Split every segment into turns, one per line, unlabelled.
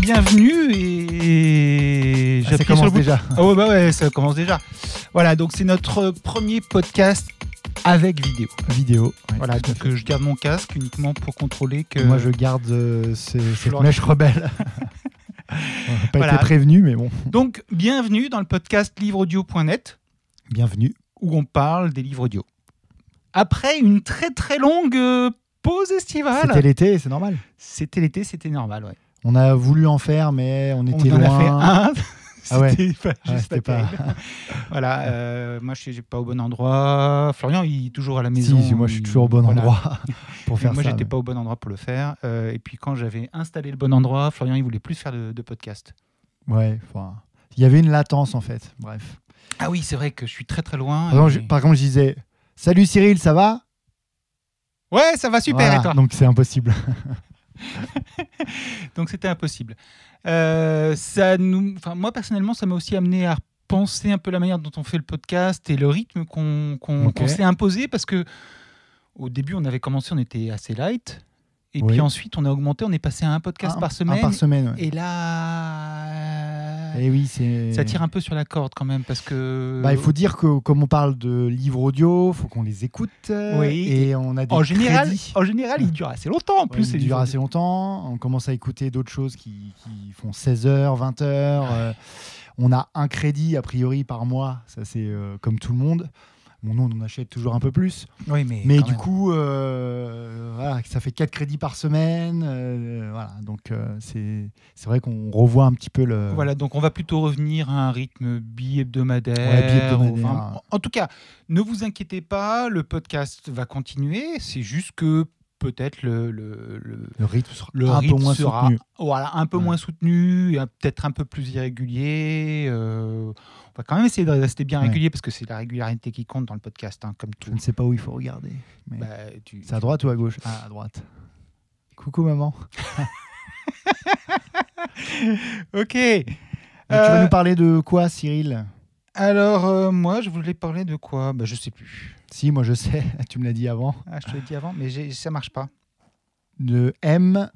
bienvenue et
Ah, ça
j'appuie
commence
sur le bouton.
déjà.
Ah ouais, bah ouais, ça commence déjà. Voilà, donc c'est notre premier podcast avec vidéo.
Vidéo. ouais,
Voilà,
tout à
donc
fait.
euh, je garde mon casque uniquement pour contrôler que
Moi, je garde euh, ces- cette
l'aurais-
mèche rebelle. On n'a pas
Voilà.
été prévenu, mais bon.
Donc, bienvenue dans le podcast livreaudio.net
Bienvenue.
où on parle des livres audio. Après une très très longue euh, pause
C'était
estivale,
l'été, c'est normal.
c'était l'été, c'était normal, ouais.
On a voulu en faire, mais on
On
était
en
loin.
a fait un.
Ah ouais.
C'était pas,
Ouais,
juste
c'était
pas
pas.
terrible. voilà, euh, moi je suis pas au bon endroit. Florian, il est toujours à la
Si,
maison.
si, moi, je suis
il-
toujours au bon
voilà.
endroit pour
Mais
faire
moi,
ça.
j'étais
mais-
pas au bon endroit pour le faire. Euh, et puis, quand j'avais installé le bon endroit, Florian, il voulait plus faire de, de podcast.
Ouais. enfin, Il y avait une latence en fait. Bref.
Ah oui, c'est vrai que je suis très très loin.
Par exemple,
et-
je- par contre, je disais Salut Cyril, ça va
Ouais, ça va super.
Voilà,
et toi
Donc c'est impossible.
Donc, c'était impossible. Euh, ça nous... enfin, moi, personnellement, ça m'a aussi amené à penser un peu la manière dont on fait le podcast et le rythme qu'on qu'on-
Ok.
qu'on s'est imposé parce que au début, on avait commencé, on était assez light. Et
Oui. Ah,
puis ensuite, on a augmenté, on est passé à un podcast
Un-
par
Un
semaine.
par semaine. ouais.
Et là,
Et oui, c'est.
ça tire un peu sur la corde quand même parce que.
Bah, il faut dire que comme on parle de livres audio, faut qu'on les écoute. euh,
Oui.
Et on a des
En général,
crédits.
en général, il dure assez longtemps. En plus,
Ouais,
c'est
il dure assez longtemps. On commence à écouter d'autres choses qui, qui font 16 heures, 20 heures. euh, on a un crédit a priori par mois. Ça c'est euh, comme tout le monde. Bon, nous on en achète toujours un peu plus.
Oui, mais,
Mais
quand
du
même.
coup, euh, voilà, ça fait 4 crédits par semaine. euh, voilà, donc euh, c'est c'est vrai qu'on revoit un petit peu le.
Voilà, donc on va plutôt revenir à un rythme bi-hebdomadaire.
Ouais, bi-hebdomadaire.
Enfin, en- en tout cas, ne vous inquiétez pas, le podcast va continuer. C'est juste que peut-être le, le, le-
Le rythme sera
le
un
rythme
peu moins
sera
soutenu.
voilà, un peu
Ouais.
moins soutenu, et un- peut-être un peu plus irrégulier. euh, on va quand même essayer de rester bien
Ouais.
régulier parce que c'est la régularité qui compte dans le podcast, hein, comme tout.
Je ne sais pas où il faut regarder. mais-
Bah, tu-
C'est à droite ou à gauche Ah, à droite. Coucou maman.
Ok.
Donc, Tu vas
Euh,
nous parler de quoi, Cyril
Alors, euh, moi, je voulais parler de quoi bah, Je sais plus.
Si, moi je sais, tu me l'as dit avant.
Ah, je te l'ai dit avant, mais j'ai- ça marche pas.
De M.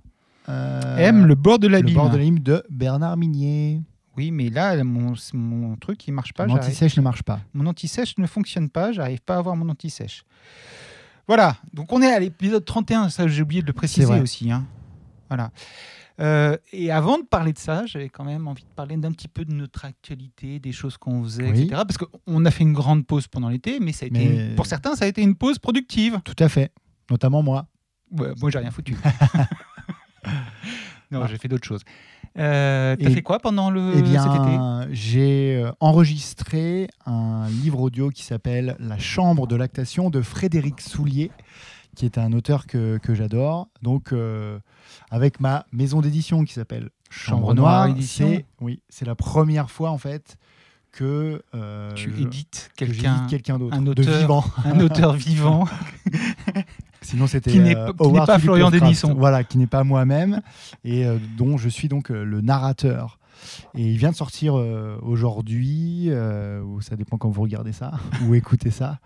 euh,
M, le bord de
le
l'abîme.
bord de l'abîme de Bernard Minier.
Oui, mais là, mon, mon truc, il marche pas.
Mon
j'arrive-
anti-sèche ne marche pas.
Mon anti-sèche ne fonctionne pas. J'arrive pas à avoir mon anti-sèche. Voilà. Donc, on est à l'épisode 31. Ça, j'ai oublié de le préciser
vrai.
aussi. hein. Voilà. Euh, et avant de parler de ça, j'avais quand même envie de parler d'un petit peu de notre actualité, des choses qu'on faisait,
Oui.
etc. Parce qu'on a fait une grande pause pendant l'été, mais, ça a été
Mais-
une- pour certains, ça a été une pause productive.
Tout à fait. Notamment moi.
Ouais, moi, j'ai rien foutu. non,
Ah.
j'ai fait d'autres choses. Euh, T'as
Et-
fait quoi pendant le
eh
cet été
bien, j'ai euh, enregistré un livre audio qui s'appelle La chambre de lactation de Frédéric Soulier, qui est un auteur que, que j'adore. Donc, euh, avec ma maison d'édition qui s'appelle Chambre,
Chambre Noire
Noire,
Édition.
c'est oui, c'est la première fois en fait que euh,
Tu
je-
édites
que j'édite
quelqu'un,
quelqu'un d'autre,
un
de
auteur.
vivant.
un auteur vivant.
Sinon, c'était
Qui n'est pas-
euh,
qui n'est
Howard
pas
Philippe
Florian
Lovecraft.
Denison.
Voilà, qui n'est pas moi-même et euh, dont je suis donc euh, le narrateur. Et il vient de sortir euh, aujourd'hui, euh, ou ça dépend quand vous regardez ça, ou écoutez ça.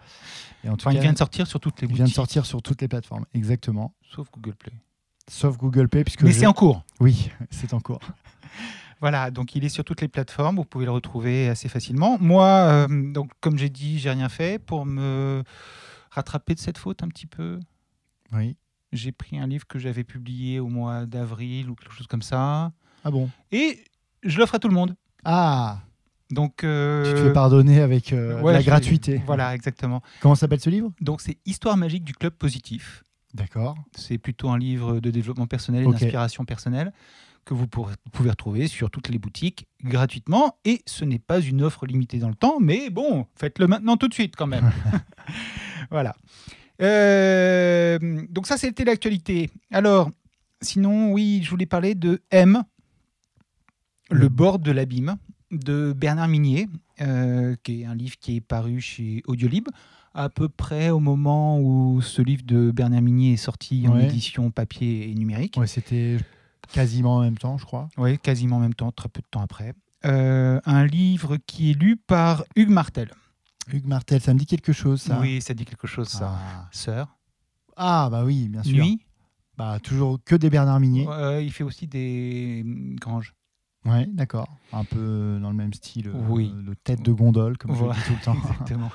Et en tout
Enfin, il
cas,
vient de sortir sur toutes les
il
boutiques,
vient de sortir sur toutes les plateformes, exactement.
sauf Google Play.
Sauf Google Play, puisque
Mais
je-
c'est en cours.
oui, c'est en cours.
Voilà, donc il est sur toutes les plateformes. Vous pouvez le retrouver assez facilement. Moi, euh, donc comme j'ai dit, j'ai rien fait pour me rattraper de cette faute un petit peu.
Oui.
J'ai pris un livre que j'avais publié au mois d'avril ou quelque chose comme ça,
Ah bon.
et je l'offre à tout le monde.
Ah,
Donc
tu
euh,
te fais pardonner avec euh,
ouais,
la
je-
gratuité.
Voilà, exactement.
Comment s'appelle ce livre
Donc c'est Histoire magique du club positif.
D'accord.
C'est plutôt un livre de développement personnel et
Ok.
d'inspiration personnelle que vous pourrez- vous pouvez retrouver sur toutes les boutiques gratuitement. Et ce n'est pas une offre limitée dans le temps, mais bon, faites-le maintenant tout de suite quand même. voilà. Euh, donc ça, c'était l'actualité. Alors, sinon, oui, je voulais parler de M, Le bord de l'abîme, de Bernard Minier, euh, qui est un livre qui est paru chez Audiolib à peu près au moment où ce livre de Bernard Minier est sorti en
Ouais.
édition papier et numérique.
Ouais, c'était quasiment en même temps, je crois.
Oui, quasiment en même temps, très peu de temps après. Euh, un livre qui est lu par Hugues Martel.
Hugues Martel, ça me dit quelque chose, ça.
Oui, ça dit quelque chose, ça.
Ah.
Sœur,
Ah, bah oui, bien sûr.
Nuit,
Bah, toujours que des Bernard Minier.
Euh, il fait aussi des hum, granges.
Ouais, d'accord. Un peu dans le même style euh,
Oui.
de tête de gondole, comme
Voilà,
je le dis tout le temps.
Exactement.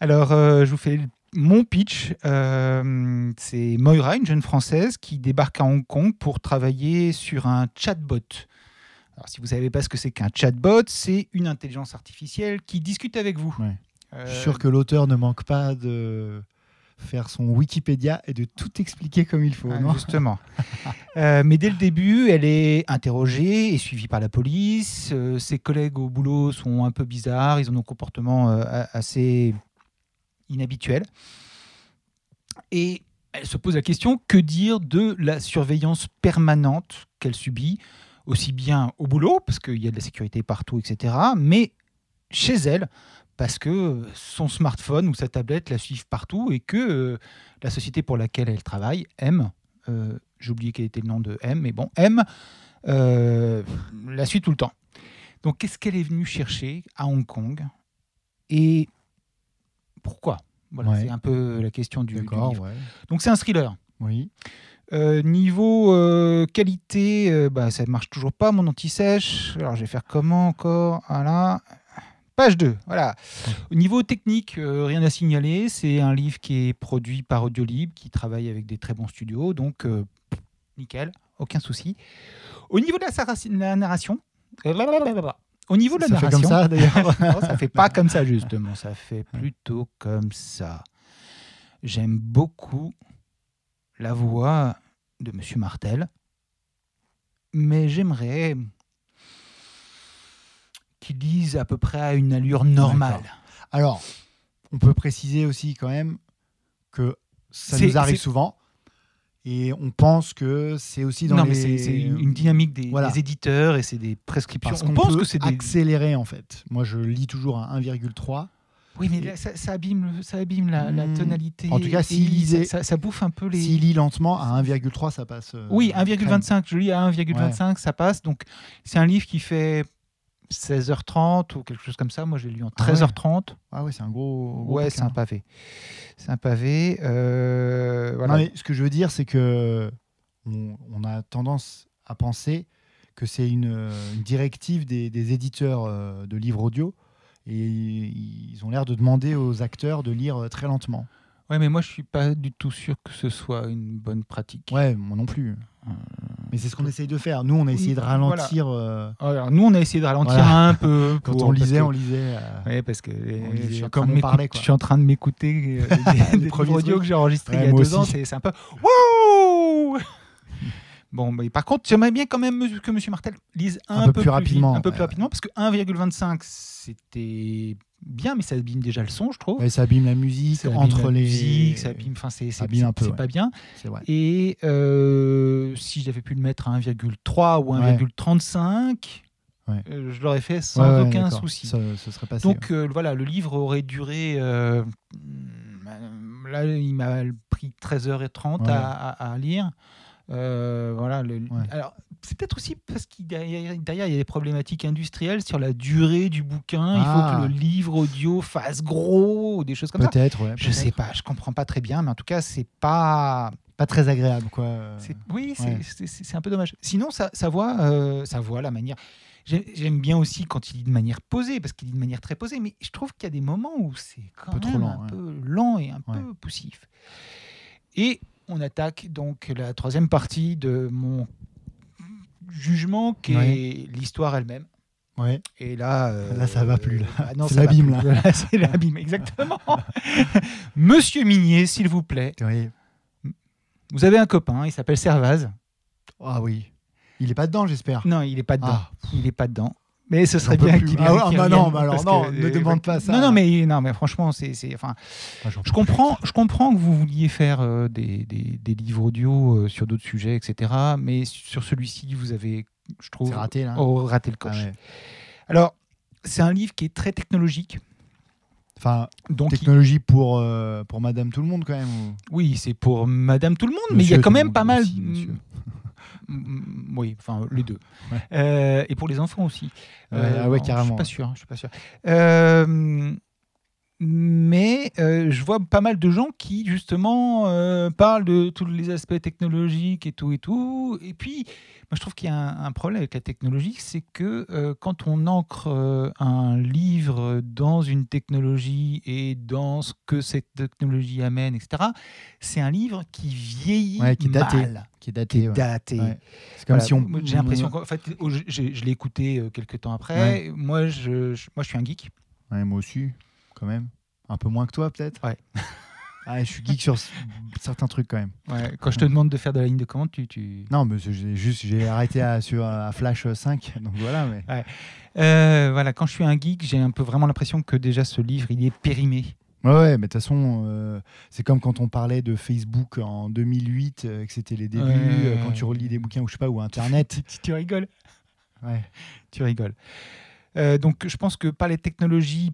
Alors, euh, je vous fais mon pitch. Euh, c'est Moira, une jeune Française, qui débarque à Hong Kong pour travailler sur un chatbot. Alors, si vous ne savez pas ce que c'est qu'un chatbot, c'est une intelligence artificielle qui discute avec vous.
Ouais. Je suis
Euh,
sûr que l'auteur ne manque pas de faire son Wikipédia et de tout expliquer comme il faut.
Ah,
non
justement. Euh, mais dès le début, elle est interrogée et suivie par la police. Euh, ses collègues au boulot sont un peu bizarres. Ils ont un comportement euh, a- assez inhabituel. Et elle se pose la question que dire de la surveillance permanente qu'elle subit, aussi bien au boulot, parce qu'il y a de la sécurité partout, etc., mais chez elle, parce que son smartphone ou sa tablette la suivent partout et que euh, la société pour laquelle elle travaille, M, euh, j'ai oublié quel était le nom de M, mais bon, M euh, la suit tout le temps. Donc, qu'est-ce qu'elle est venue chercher à Hong Kong et pourquoi Voilà,
Ouais.
c'est un peu la question du, du livre.
D'accord, ouais.
Donc, c'est un thriller.
Oui.
Euh, niveau euh, qualité, euh, bah, ça marche toujours pas, mon anti-sèche. Alors, je vais faire comment encore Voilà. Page 2, voilà. Au niveau technique, euh, rien à signaler. C'est un livre qui est produit par Audiolib, qui travaille avec des très bons studios, donc euh, nickel, aucun souci. Au niveau de la, sarasi- la narration, au niveau de la
Ça fait
narration,
comme ça, d'ailleurs.
non, Oh, ça fait pas comme ça justement, ça fait plutôt comme ça. J'aime beaucoup la voix de Monsieur Martel, mais j'aimerais qu'il dise à peu près à une allure normale.
Alors, on peut préciser aussi quand même que ça
C'est-
nous arrive
c'est-
souvent et on pense que c'est aussi dans
non,
les...
mais c'est- c'est une, une dynamique des,
Voilà.
des éditeurs et c'est des prescriptions.
Parce
on
qu'on
pense
peut
que c'est des.
accéléré en fait. Moi, je lis toujours à 1,3.
Oui, mais là, ça, ça abîme, le- ça abîme la, la
Hmm.
tonalité.
En tout cas,
et
s'il lisait-
ça, ça bouffe un peu les.
S'il lit lentement à 1,3, ça passe. euh,
Oui,
crème.
1,25. Je lis à 1,25, ça passe. Donc, c'est un livre qui fait 16h30 ou quelque chose comme ça. Moi, j'ai lu en
Ah ouais.
13h30.
Ah ouais, c'est un gros. gros
ouais,
bouquin.
c'est un pavé. C'est un pavé. euh, voilà.
Non, mais ce que je veux dire, c'est que on, on a tendance à penser que c'est une, euh, une directive des, des éditeurs euh, de livres audio. Et ils ont l'air de demander aux acteurs de lire euh, très lentement.
Ouais, mais moi, je suis pas du tout sûr que ce soit une bonne pratique.
Ouais, moi non plus. Mais c'est ce qu'on essaye de faire. Nous, on
Euh,
a
Oui,
essayé de ralentir. euh,
Alors, nous, on a essayé de ralentir
Voilà.
un peu.
quand
pour-
on
parce
lisait,
que-
on lisait. euh,
Ouais, parce que euh,
lisait
je, suis en
comme
train de
on
m'écouter-
parlait, quoi.
je suis en train de m'écouter euh, des, des
premiers
livres audio
trucs.
que j'ai enregistrés
Ouais,
il y a
moi
deux ans.
aussi.
C'est c'est un peu Wouh Bon, mais par contre, j'aimerais bien quand même que M. Martel lise un, peu, plus rapidement, un peu plus
ouais.
rapidement, parce que 1,25 c'était bien, mais ça abîme déjà le son, je trouve.
ouais, ça abîme la musique
Ça abîme
entre
la
les.
musique, ça abîme, enfin c'est c'est-
abîme un peu,
c'est
ouais.
pas bien.
C'est vrai.
Et euh, si j'avais pu le mettre à 1,3 ou
Ouais.
1,35,
Ouais.
euh, je l'aurais fait sans
Ouais, ouais,
aucun
d'accord.
souci.
Ça, ça serait passé. ouais.
Donc euh, voilà, le livre aurait duré. euh, hmm, là, il m'a pris 13h30
Ouais.
à, à- à lire. Euh, voilà. le- Alors, c'est peut-être aussi parce qu'il derrière, derrière, il y a des problématiques industrielles sur la durée du bouquin. Il
Ah.
faut que le livre audio fasse gros ou des choses comme ça.
Peut-être, ouais.
Je
peut-être.
sais pas, je comprends pas très bien, mais en tout cas, c'est pas.
Pas très agréable, quoi. euh.
C'est- Oui, c'est-
ouais.
c'est c'est- c'est un peu dommage. Sinon, sa, sa voix, euh, sa voix, la manière. j'ai- J'aime bien aussi quand il dit de manière posée, parce qu'il dit de manière très posée, mais je trouve qu'il y a des moments où c'est quand
peu
même
trop lent,
un
ouais.
peu lent et un
Ouais.
peu poussif. Et on attaque donc la troisième partie de mon jugement, qui est l'histoire elle-même.
Ouais.
Et là, euh,
Là, ça va plus, là.
ah non,
C'est
ça va
l'abîme,
plus. C'est l'abîme, exactement. Monsieur Minier, s'il vous plaît,
Oui.
vous avez un copain, il s'appelle Servaz.
Ah oui. Il est pas dedans, j'espère.
Non, il est pas dedans.
Ah.
Il est pas dedans. Mais ce serait
peux
bien
plus.
qu'il
Ah ouais,
qu'il
ah bah
revienne,
non, bah alors
parce
non,
que- euh,
ne demande pas ça.
Non, non, mais, non, mais franchement, c'est, c'est- enfin,
Ah, j'en-
je, comprends, je comprends que vous vouliez faire euh, des, des- des livres audio euh, sur d'autres sujets, etc. Mais sur celui-ci, vous avez, je trouve,
C'est raté, là.
oh, raté le
Ah
coche.
ouais.
Alors, c'est un livre qui est très technologique.
Enfin,
Donc, il-
technologie pour, euh, pour Madame Tout le Monde, quand même. ou-
oui, c'est pour Madame Tout le Monde, mais il y a
Monsieur
quand
Tout le
même
Monde
pas mal.
aussi, monsieur.
Mm, mm, Oui, enfin les deux.
Ouais.
Euh, et pour les enfants aussi. Euh,
Ouais, ah ouais,
non,
carrément.
Je suis pas sûr. Je suis pas sûr. Euh, mais euh, je vois pas mal de gens qui justement euh, parlent de tous les aspects technologiques et tout et tout. Et puis, moi je trouve qu'il y a un, un problème avec la technologie, c'est que euh, quand on ancre euh, un livre dans une technologie et dans ce que cette technologie amène, etc., c'est un livre qui vieillit
Ouais, qui est daté.
mal,
Qui
qui
est daté.
est
ouais.
daté.
Ouais. C'est comme
Voilà.
si on.
Moi, J'ai l'impression qu'en fait, au- je, je- je l'ai écouté euh, quelques temps après. Moi, je, je- moi, je suis un geek.
Ouais, moi aussi, quand même. Un peu moins que toi, peut-être.
Ouais.
ah, je suis geek sur c- certains trucs quand même.
Ouais, Quand je te demande de faire de la ligne de commande, tu... tu...
Non, mais c'est- j'ai juste j'ai arrêté à, sur euh, à Flash 5, donc voilà. Mais
Euh, voilà, quand je suis un geek, j'ai un peu vraiment l'impression que déjà ce livre, il est périmé.
ouais, ouais, mais de toute façon, euh, c'est comme quand on parlait de Facebook en 2008, euh, que c'était les débuts,
Ouais.
euh, quand tu relis des bouquins ou je sais pas ou Internet.
Tu- tu rigoles.
Ouais.
tu rigoles. Euh, donc, je pense que par les technologies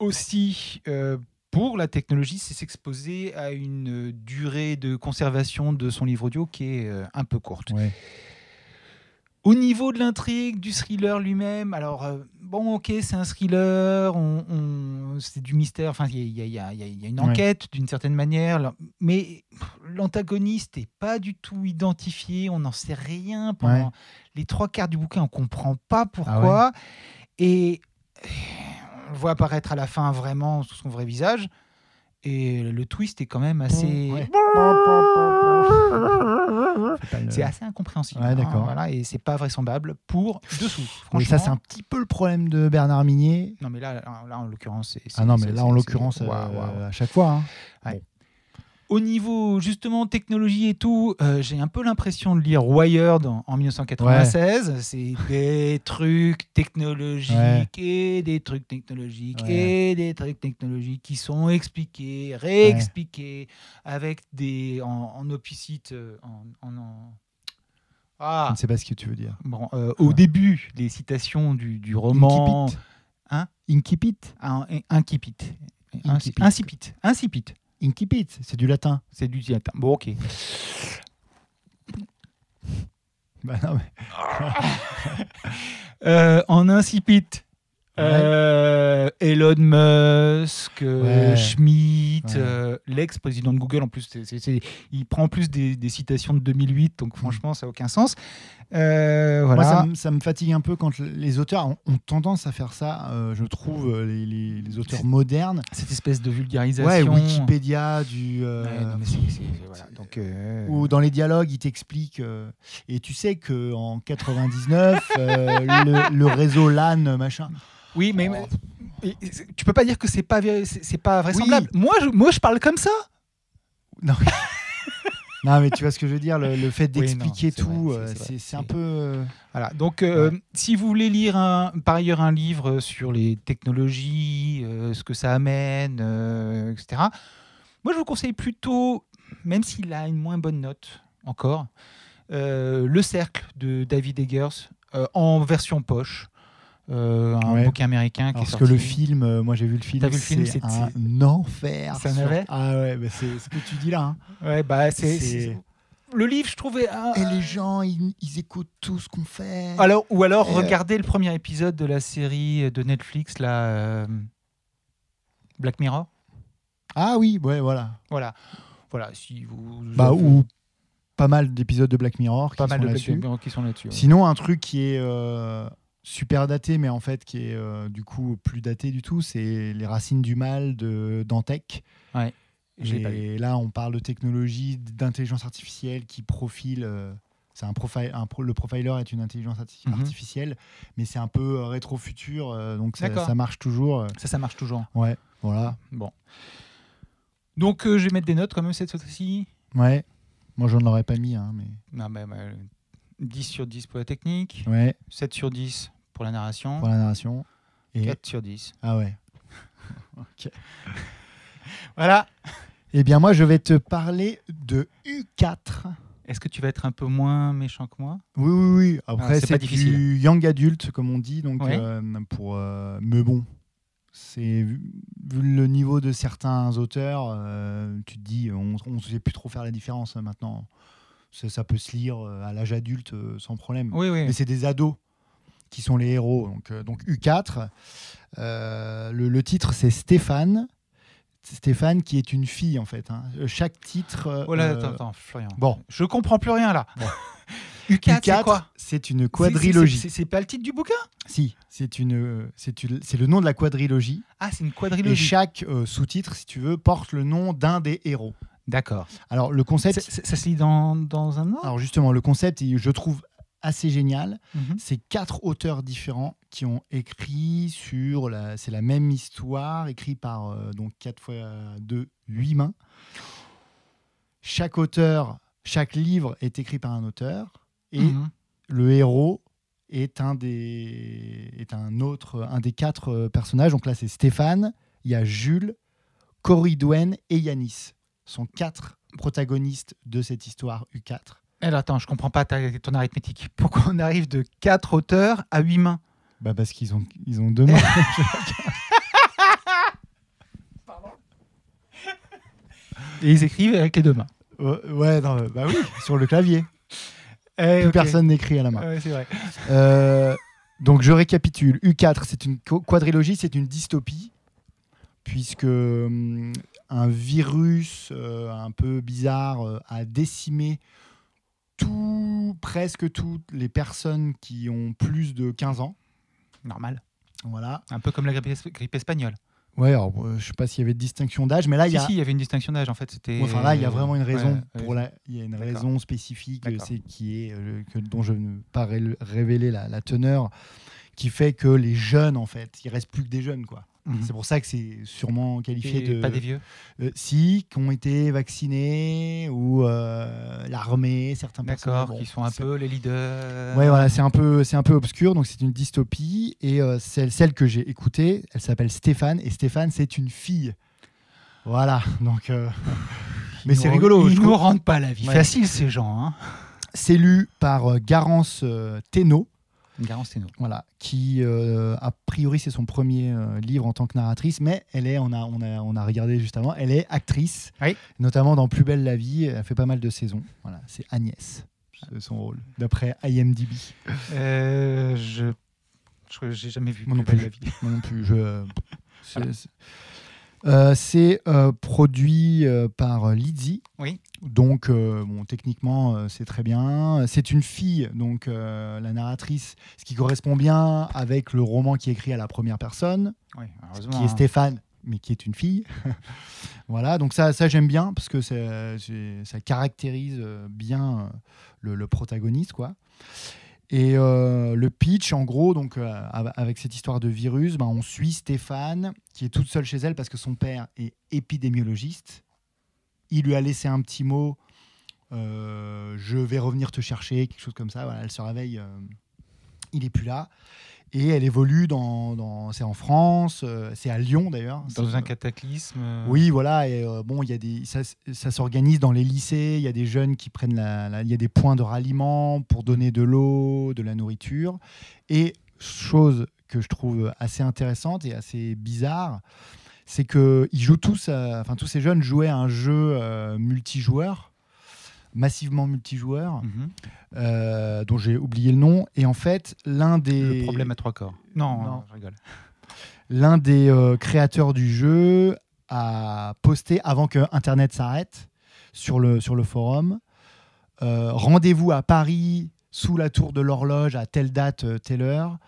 aussi. euh, pour la technologie, c'est s'exposer à une euh, durée de conservation de son livre audio qui est euh, un peu courte.
ouais.
Au niveau de l'intrigue, du thriller lui-même, alors euh, bon, ok, c'est un thriller, on, on- c'est du mystère, enfin, il y, a- il y a- il y a- il y a une
Ouais.
enquête d'une certaine manière, là, mais pff, l'antagoniste n'est pas du tout identifié, on n'en sait rien. Pendant
Ouais. Ah
les trois quarts du bouquin, on comprend pas pourquoi, et euh, on le voit apparaître à la fin vraiment sous son vrai visage, et le twist est quand même assez.
Ouais. Faut pas le-
C'est assez incompréhensible.
Ouais,
hein,
d'accord.
voilà, et c'est pas vraisemblable pour dessous.
Mais
Franchement,
ça, c'est un petit peu le problème de Bernard Minier.
Non, mais là, là, là, en l'occurrence, c'est. c'est-
Ah non,
c'est-
mais
c'est-
là, en
c'est-
l'occurrence,
Waouh,
euh,
waouh.
à chaque fois. hein.
Au niveau, justement, technologie et tout, euh, j'ai un peu l'impression de lire Wired en, en 1996. C'est des trucs technologiques
Ouais.
et des trucs technologiques
Ouais.
et des trucs technologiques qui sont expliqués, réexpliqués, avec des. en, en opicite. euh, En, en- en-
Je
Ah!
ne sais pas ce que tu veux dire.
Bon, euh, au
Ouais.
début, les citations du, du roman.
Incipit.
Hein
Incipit.
Un, un incipit.
Incipit.
Incipit. Incipit.
Incipit, c'est du latin.
C'est du latin. Bon, ok.
Bah non, mais-
Euh, en incipit.
Ouais.
euh, Elon Musk, euh,
Ouais.
Schmidt,
Ouais.
euh, l'ex-président de Google, en plus, c'est- c'est- c'est- il prend en plus des, des citations de 2008, donc franchement, ça n'a aucun sens. Euh, voilà.
Moi, ça me- ça, me fatigue un peu quand le- les auteurs ont, ont tendance à faire ça, euh, je trouve, euh, les, les- les auteurs modernes.
Cette espèce de vulgarisation.
Ouais, Wikipédia, du, euh,
Ouais, non, mais c'est- c'est- voilà. Donc, euh,
ou dans les dialogues, ils t'expliquent. euh, et tu sais qu'en 99, euh, le, le réseau LAN, machin.
Oui, mais,
Oh.
mais- et- et- tu peux pas dire que c'est pas vrai- c'est c'est pas vraisemblable. Moi, je, moi, je parle comme ça.
Non, mais tu vois ce que je veux dire, le, le fait
Oui, non,
d'expliquer
c'est vrai,
tout,
c'est-
euh,
c'est vrai,
c'est c'est un
c'est-
peu. euh,
Voilà. Donc, euh, si vous voulez lire un, par ailleurs un livre sur les technologies, euh, ce que ça amène, euh, etc. Moi, je vous conseille plutôt, même s'il a une moins bonne note encore, euh, Le Cercle de David Eggers euh, en version poche, euh, un
Ouais.
bouquin américain qui est
Parce
sorti.
que le film, euh, moi j'ai vu le film,
T'as vu le film,
c'est
c'est-
un enfer.
C'est un
sur-
navet
Ah ouais, bah, c'est ce que tu dis là. hein.
Ouais, bah, c'est-
C'est-
c'est- le livre, je trouvais. un-
Et les gens, ils, ils écoutent tout ce qu'on fait.
Alors, ou alors
Euh.
regardez le premier épisode de la série de Netflix, là, euh, Black Mirror.
Ah oui, ouais, voilà.
Voilà. Voilà, si vous.
Bah, ou pas mal d'épisodes de Black Mirror
pas mal
qui sont
de Black
là-dessus.
Mirror qui sont là-dessus. hein. ouais.
Sinon, un truc qui est euh, super daté, mais en fait qui est euh, du coup plus daté du tout, c'est Les Racines du Mal de Dantec.
Je l'ai pas lu.
Et là, on parle de technologie, d'intelligence artificielle qui profile. euh, c'est un profi- un pro- le profiler est une intelligence arti-
Mhm.
artificielle, mais c'est un peu euh, rétro-futur, euh, donc ça,
D'accord.
ça marche toujours. euh,
Ça, ça marche toujours. Ah,
ouais, voilà.
Bon. Donc, euh, je vais mettre des notes quand même cette fois-ci.
Ouais. Moi, je ne l'aurais pas mis, hein, mais.
Non, bah, bah, 10 sur 10 pour la technique,
Ouais,
7 sur 10 pour la narration,
pour la narration. Et...
4 sur 10.
Ah ouais.
Voilà.
Eh bien, moi, je vais te parler de U4.
Est-ce que tu vas être un peu moins méchant que moi
Oui, oui, oui.
Ah,
Après,
c'est pas
c'est
difficile.
du young adulte, comme on dit. Donc,
Ouais.
euh, pour, euh, mais bon, c'est vu vu le niveau de certains auteurs, euh, tu te dis, on ne sait plus trop faire la différence hein, maintenant. Ça, ça peut se lire euh, à l'âge adulte euh, sans problème.
Oui, oui.
Mais c'est des ados. qui sont les héros. Donc, euh, donc U4. Euh, le, le titre, c'est Stéphane. Stéphane qui est une fille, en fait. hein. Euh, Chaque titre. euh,
Oh là,
euh,
attends, attends, Florian.
Bon,
Je comprends plus rien là.
Bon.
U4, c'est
U4,
quoi
c'est une quadrilogie.
C'est- c'est- C'est c'est pas le titre du bouquin
Si, c'est une, euh, c'est une- c'est le nom de la quadrilogie.
Ah, c'est une
Et
quadrilogie.
chaque euh, sous-titre, si tu veux, porte le nom d'un des héros.
D'accord.
Alors le concept,
C'est- c'est- Ça se lit dans, dans un ordre
alors justement, le concept, il- je trouve assez génial.
Mhm.
C'est quatre auteurs différents qui ont écrit sur la, c'est la même histoire, écrit par euh, donc 4 fois 2, 8 mains. Chaque auteur, chaque livre est écrit par un auteur et
Mhm.
le héros est un des est un autre un des quatre euh, personnages. Donc là, c'est Stéphane, il y a Jules, Coridwen et Yanis. Ce sont quatre protagonistes de cette histoire U4.
Alors attends, je comprends pas ta- ton arithmétique. Pourquoi on arrive de 4 auteurs à 8 mains
Bah parce qu'ils ont ils ont deux mains.
Et ils écrivent avec les deux mains.
Euh, ouais, non, euh, bah oui, sur le clavier.
Eh,
Plus
ok.
personne n'écrit à la main.
Ouais, c'est vrai.
Euh, donc je récapitule. U4, c'est une co- quadrilogie, c'est une dystopie, puisque hum, un virus euh, un peu bizarre euh, a décimé tout, presque toutes les personnes qui ont plus de 15 ans.
Normal.
Voilà.
Un peu comme la grippe, es- grippe espagnole.
Ouais, alors, euh, je sais pas s'il y avait de distinction d'âge, mais là, il
si,
y a...
si, il y avait une distinction d'âge en fait. C'était.
Ouais, Enfin là, il y a vraiment une raison
Ouais,
pour
ouais.
la. Il y a une
D'accord.
raison spécifique, euh,
D'accord.
c'est qui est euh, que, dont je ne vais pas ré- révéler la, la teneur, qui fait que les jeunes en fait, il reste plus que des jeunes quoi.
Mhm.
C'est pour ça que c'est sûrement qualifié
Et
de
Pas des vieux.
Euh, si qui ont été vaccinés ou euh, l'armée, certains personnages.
D'accord,
Bon,
qui sont un
c'est-
peu les leaders.
Ouais, voilà, c'est un peu, c'est un peu obscur, donc c'est une dystopie. Et euh, celle, celle que j'ai écoutée, elle s'appelle Stéphane, et Stéphane, c'est une fille. Voilà, donc. euh, Mais
Ils
c'est
nous-
rigolo.
Ils
je
nous
trouve.
rendent pas la vie
Ouais.
facile ces gens. Hein.
C'est lu par euh, Garance euh, Thénault,
Garance Thénault.
voilà, qui euh, a priori c'est son premier euh, livre en tant que narratrice, mais elle est, on a, on a, on a regardé juste avant, elle est actrice,
Oui.
notamment dans Plus belle la vie, elle a fait pas mal de saisons. Voilà, c'est Agnès, euh, son rôle, d'après IMDb.
Euh, je je- j'ai jamais vu
Moi non
Plus belle
plus.
la vie.
Moi non plus, je. euh, c'est- c'est- Euh, C'est euh, produit euh, par Lizzy.
Oui.
Donc, euh, bon, techniquement, euh, c'est très bien. C'est une fille, donc euh, la narratrice, ce qui correspond bien avec le roman qui est écrit à la première personne,
Oui, heureusement. hein.
qui est Stéphane, mais qui est une fille. voilà, donc ça, ça j'aime bien parce que ça, c'est- ça caractérise euh, bien euh, le, le protagoniste, quoi. Et euh, le pitch, en gros, donc euh, av- avec cette histoire de virus, ben, on suit Stéphane qui est toute seule chez elle parce que son père est épidémiologiste. Il lui a laissé un petit mot. euh, je vais revenir te chercher, quelque chose comme ça. Voilà, elle se réveille, euh, il est plus là, et elle évolue dans, dans- c'est en France, euh, c'est à Lyon d'ailleurs. C'est-
dans un cataclysme. euh,
oui, voilà. Et euh, bon, il y a des, ça, s- ça s'organise dans les lycées. Il y a des jeunes qui prennent la, la- il y a des points de ralliement pour donner de l'eau, de la nourriture. Et chose que je trouve assez intéressante et assez bizarre, c'est que ils jouent tous, à- enfin tous ces jeunes jouaient à un jeu euh, multijoueur, massivement multijoueur,
mhm.
euh, dont j'ai oublié le nom. Et en fait, l'un des
Le problème à trois corps. Non,
Non.
je rigole.
L'un des euh, créateurs du jeu a posté avant que Internet s'arrête sur le, sur le forum. euh, Rendez-vous à Paris sous la tour de l'horloge à telle date, euh, telle heure.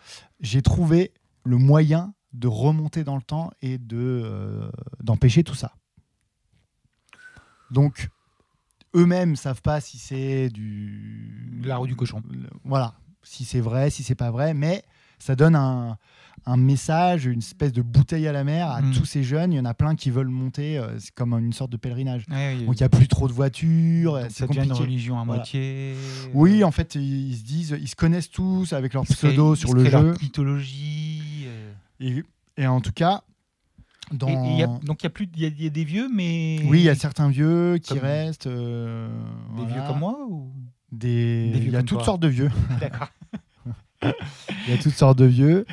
J'ai trouvé le moyen de remonter dans le temps et de euh, d'empêcher tout ça. Donc eux-mêmes savent pas si c'est du
La roue du cochon.
le- voilà, si c'est vrai, si c'est pas vrai, mais ça donne un, un message, une espèce de bouteille à la mer à
Mm.
tous ces jeunes. Il y en a plein qui veulent monter, euh, c'est comme une sorte de pèlerinage.
Ouais, il y a-
Donc il n'y a plus trop de voitures, euh,
donc
c'est
ça devient une
compliqué.
religion à
Voilà.
moitié.
Oui,
euh,
en fait, ils ils se disent, ils se connaissent tous avec leur
ils se créent-
pseudo
ils
sur
se
le
créent leur
jeu.
mythologie. euh.
Et, et en tout cas, dans...
Et- et il y a- donc il y a plus, de- il y, a- il y a des vieux, mais
oui, il y a certains vieux qui
Comme-
restent. euh,
des
voilà.
vieux comme moi ou
Des-
Des vieux
Il y a
comme
toutes
toi.
sortes de vieux.
D'accord.
Il y a toutes sortes de vieux.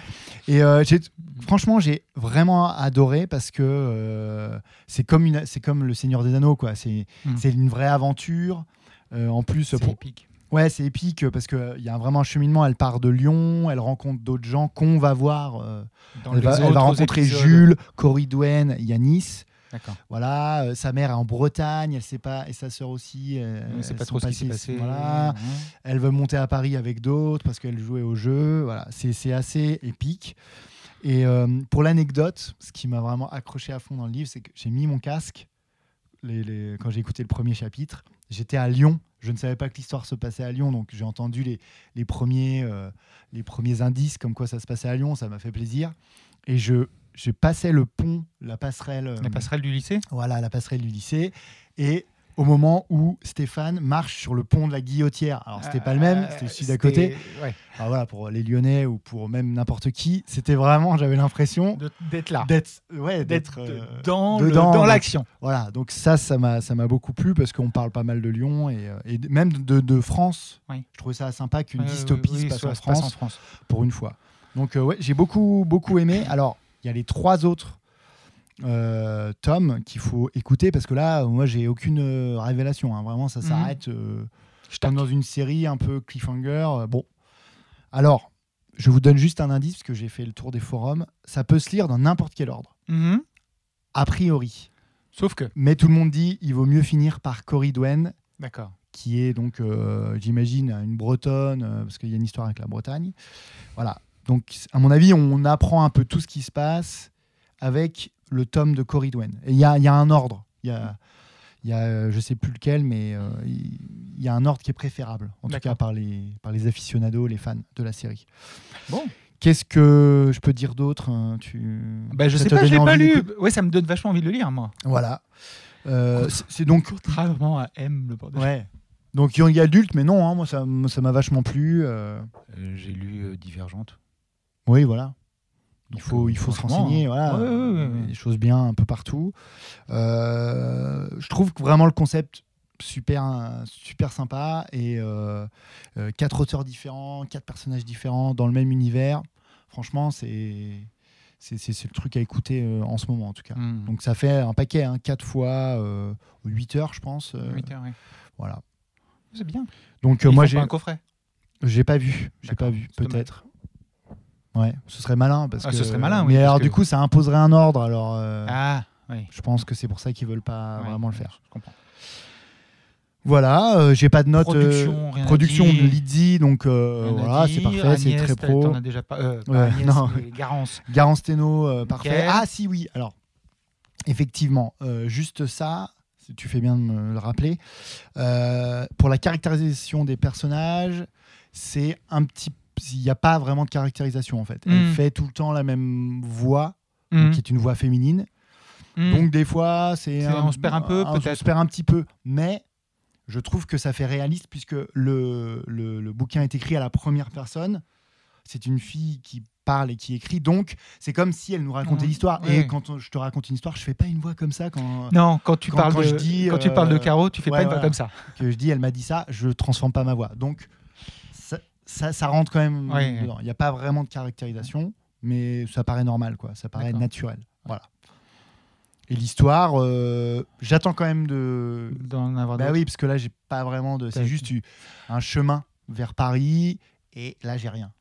Et euh, j'ai- franchement, j'ai vraiment adoré parce que euh, c'est comme, une- c'est comme le Seigneur des Anneaux. quoi. C'est
Mhm.
c'est une vraie aventure. Euh, en plus,
C'est
pour,
épique.
Ouais, c'est épique parce qu'il y a vraiment un cheminement. Elle part de Lyon, elle rencontre d'autres gens qu'on va voir. euh,
Dans
elle,
les
va, elle va
autres
rencontrer
épisodes.
Jules, Cory Doen, Yanis.
D'accord.
Voilà, euh, sa mère est en Bretagne, elle sait pas, et sa sœur aussi. euh,
On ne sait
elles
pas trop
sont
ce qui s'est
passées-
passé.
voilà. Elle veut monter à Paris avec d'autres parce qu'elle jouait au jeu. Voilà, c'est c'est assez épique. Et euh, pour l'anecdote, ce qui m'a vraiment accroché à fond dans le livre, c'est que j'ai mis mon casque les- les- quand j'ai écouté le premier chapitre. J'étais à Lyon. Je ne savais pas que l'histoire se passait à Lyon, donc j'ai entendu les, les premiers, euh, les premiers indices comme quoi ça se passait à Lyon. Ça m'a fait plaisir. Et je, je passais le pont, la passerelle. euh,
La passerelle du lycée
voilà, la passerelle du lycée. Et au moment où Stéphane marche sur le pont de la Guillotière, alors c'était pas le même,
Euh,
c'était celui d'à côté.
c'était- ouais,
Alors voilà, pour les Lyonnais ou pour même n'importe qui, c'était vraiment, j'avais l'impression
de- D'être là.
d'être, ouais,
Ah. D'être
d'être, euh,
dans le-
dedans,
dans
donc-
l'action.
voilà. Donc ça, ça m'a, ça m'a beaucoup plu parce qu'on parle pas mal de Lyon et, euh, et même de, de France.
Oui.
Je trouvais ça sympa qu'une
Euh,
dystopie
oui,
se passe
soit-
en France
en France.
pour une fois. Donc euh, ouais, j'ai beaucoup beaucoup aimé. Alors il y a les trois autres euh, tomes qu'il faut écouter parce que là, moi j'ai aucune euh, révélation. hein. Vraiment, ça
Mhm.
s'arrête. euh, comme dans une série un peu cliffhanger. euh, bon, alors je vous donne juste un indice parce que j'ai fait le tour des forums. Ça peut se lire dans n'importe quel ordre,
Mhm.
a priori.
Sauf que.
Mais tout le monde dit il vaut mieux finir par Cory Dwen
D'accord.
qui est donc, euh, j'imagine, une bretonne, euh, parce qu'il y a une histoire avec la Bretagne. Voilà. Donc, à mon avis, on apprend un peu tout ce qui se passe avec le tome de Cory Dwen. Et il y a, il y a un ordre. Il y a, il y a, euh, je sais plus lequel, mais euh, il il y a un ordre qui est préférable, en tout
D'accord.
cas par les, par les aficionados, les fans de la série.
Bon.
Qu'est-ce que je peux dire d'autre hein, tu...
Bah, je
Ça
sais
te
pas, je l'ai
donnait
pas
envie
lu.
d'écouter
Ouais, ça me donne vachement envie de le lire, moi.
Voilà. Euh, c'est- c'est donc
Contrairement à M, le bordel.
ouais. Donc young adulte, mais non, hein, moi ça m- ça m'a vachement plu. euh,
Euh, J'ai lu euh, Divergente.
Oui, voilà. Il
Donc,
faut,
euh,
il faut se
franchement,
renseigner,
hein.
voilà.
Ouais, ouais, ouais, ouais.
Des choses bien un peu partout. Euh, je trouve que vraiment le concept super, hein, super sympa et euh, euh, quatre auteurs différents, quatre personnages différents dans le même univers. Franchement, c'est c'est c'est- c'est le truc à écouter euh, en ce moment en tout cas.
Mhm.
Donc ça fait un paquet, hein, quatre fois euh, 8 heures, je pense. euh,
Huit heures, ouais.
voilà.
C'est bien.
Donc euh,
Ils
moi
font
j'ai
pas un coffret.
j'ai pas vu, j'ai
D'accord,
pas vu,
c'est dommage.
peut-être. Ouais, ce serait malin parce
Ah,
que.
ce serait malin, oui,
Mais
parce
alors
que-
du coup, ça imposerait un ordre. Alors, euh,
Ah, oui.
je pense que c'est pour ça qu'ils veulent pas
Ouais,
vraiment le
ouais,
faire.
Je comprends.
Voilà, euh, j'ai pas de note. euh,
Production, rien à
production de
dire.
Lydie, donc euh,
Rien à
voilà, c'est
dire.
parfait, c'est
Agnès,
très
t'as-
pro.
T'en as déjà pas. Euh, pas
Ouais,
Agnès,
non.
mais Garance.
Garance Teno, euh, parfait.
Nickel.
Ah si, oui. Alors, effectivement, euh, juste ça, si tu fais bien de me le rappeler. Euh, pour la caractérisation des personnages, c'est un petit... Il n'y a pas vraiment de caractérisation en fait. Elle
Mm.
fait tout le temps la même voix,
Hmm.
qui est une voix féminine.
Mhm.
Donc des fois, c'est
C'est- on se perd un peu,
on se
peut-être.
perd un petit peu, mais je trouve que ça fait réaliste puisque le, le, le bouquin est écrit à la première personne. C'est une fille qui parle et qui écrit, donc c'est comme si elle nous racontait
Ouais,
l'histoire.
ouais,
Et
ouais.
quand on- je te raconte une histoire, je fais pas une voix comme ça quand
Non, quand tu
Quand-
parles
quand
de
je dis,
quand tu parles de
euh,
Caro, tu fais
ouais,
pas une voix
voilà.
comme ça.
que je dis elle m'a dit ça, je transforme pas ma voix. Donc ça, ça, ça rentre quand même
Ouais, ouais.
dedans. Il n'y a pas vraiment de caractérisation, mais ça paraît normal, quoi. Ça paraît
D'accord.
naturel. Voilà. Et l'histoire, euh, j'attends quand même de,
D'en avoir
Bah
d'autres.
oui, parce que là, j'ai pas vraiment de.
T'as-
C'est juste eu un chemin vers Paris et là, j'ai rien.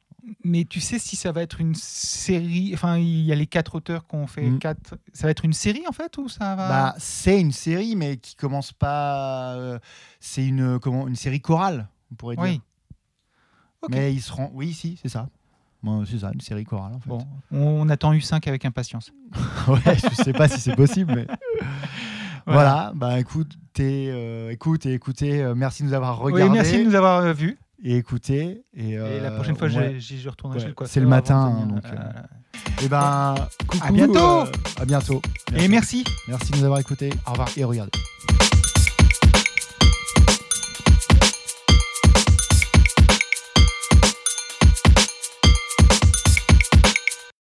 Mais tu sais si ça va être une série. Enfin, il y a les quatre auteurs qu'on fait.
Mm.
Quatre. Ça va être une série en fait ou ça va
Bah, c'est une série, mais qui commence pas. euh, c'est une comment une série chorale, on pourrait dire.
Oui. Ok.
Mais ils seront. Oui, si, c'est ça. Bon, c'est ça, une série chorale en fait.
Bon, on, on attend U5 avec impatience.
ouais, je sais pas si c'est possible, mais voilà. Bah écoute, t'es, euh, écoute et écoutez. euh, merci de nous avoir
Oui,
regardés
merci de nous avoir euh, vus.
et écouté. Et,
Et la
euh,
prochaine fois,
ouais.
j'ai j'y je retournerai
Ouais,
chez le coiffeur.
c'est le
avant
matin,
de venir.
donc,
Euh,
Eh ben, coucou,
bientôt
euh, à bientôt.
Et merci.
Merci de nous avoir écoutés. Au revoir et regardez.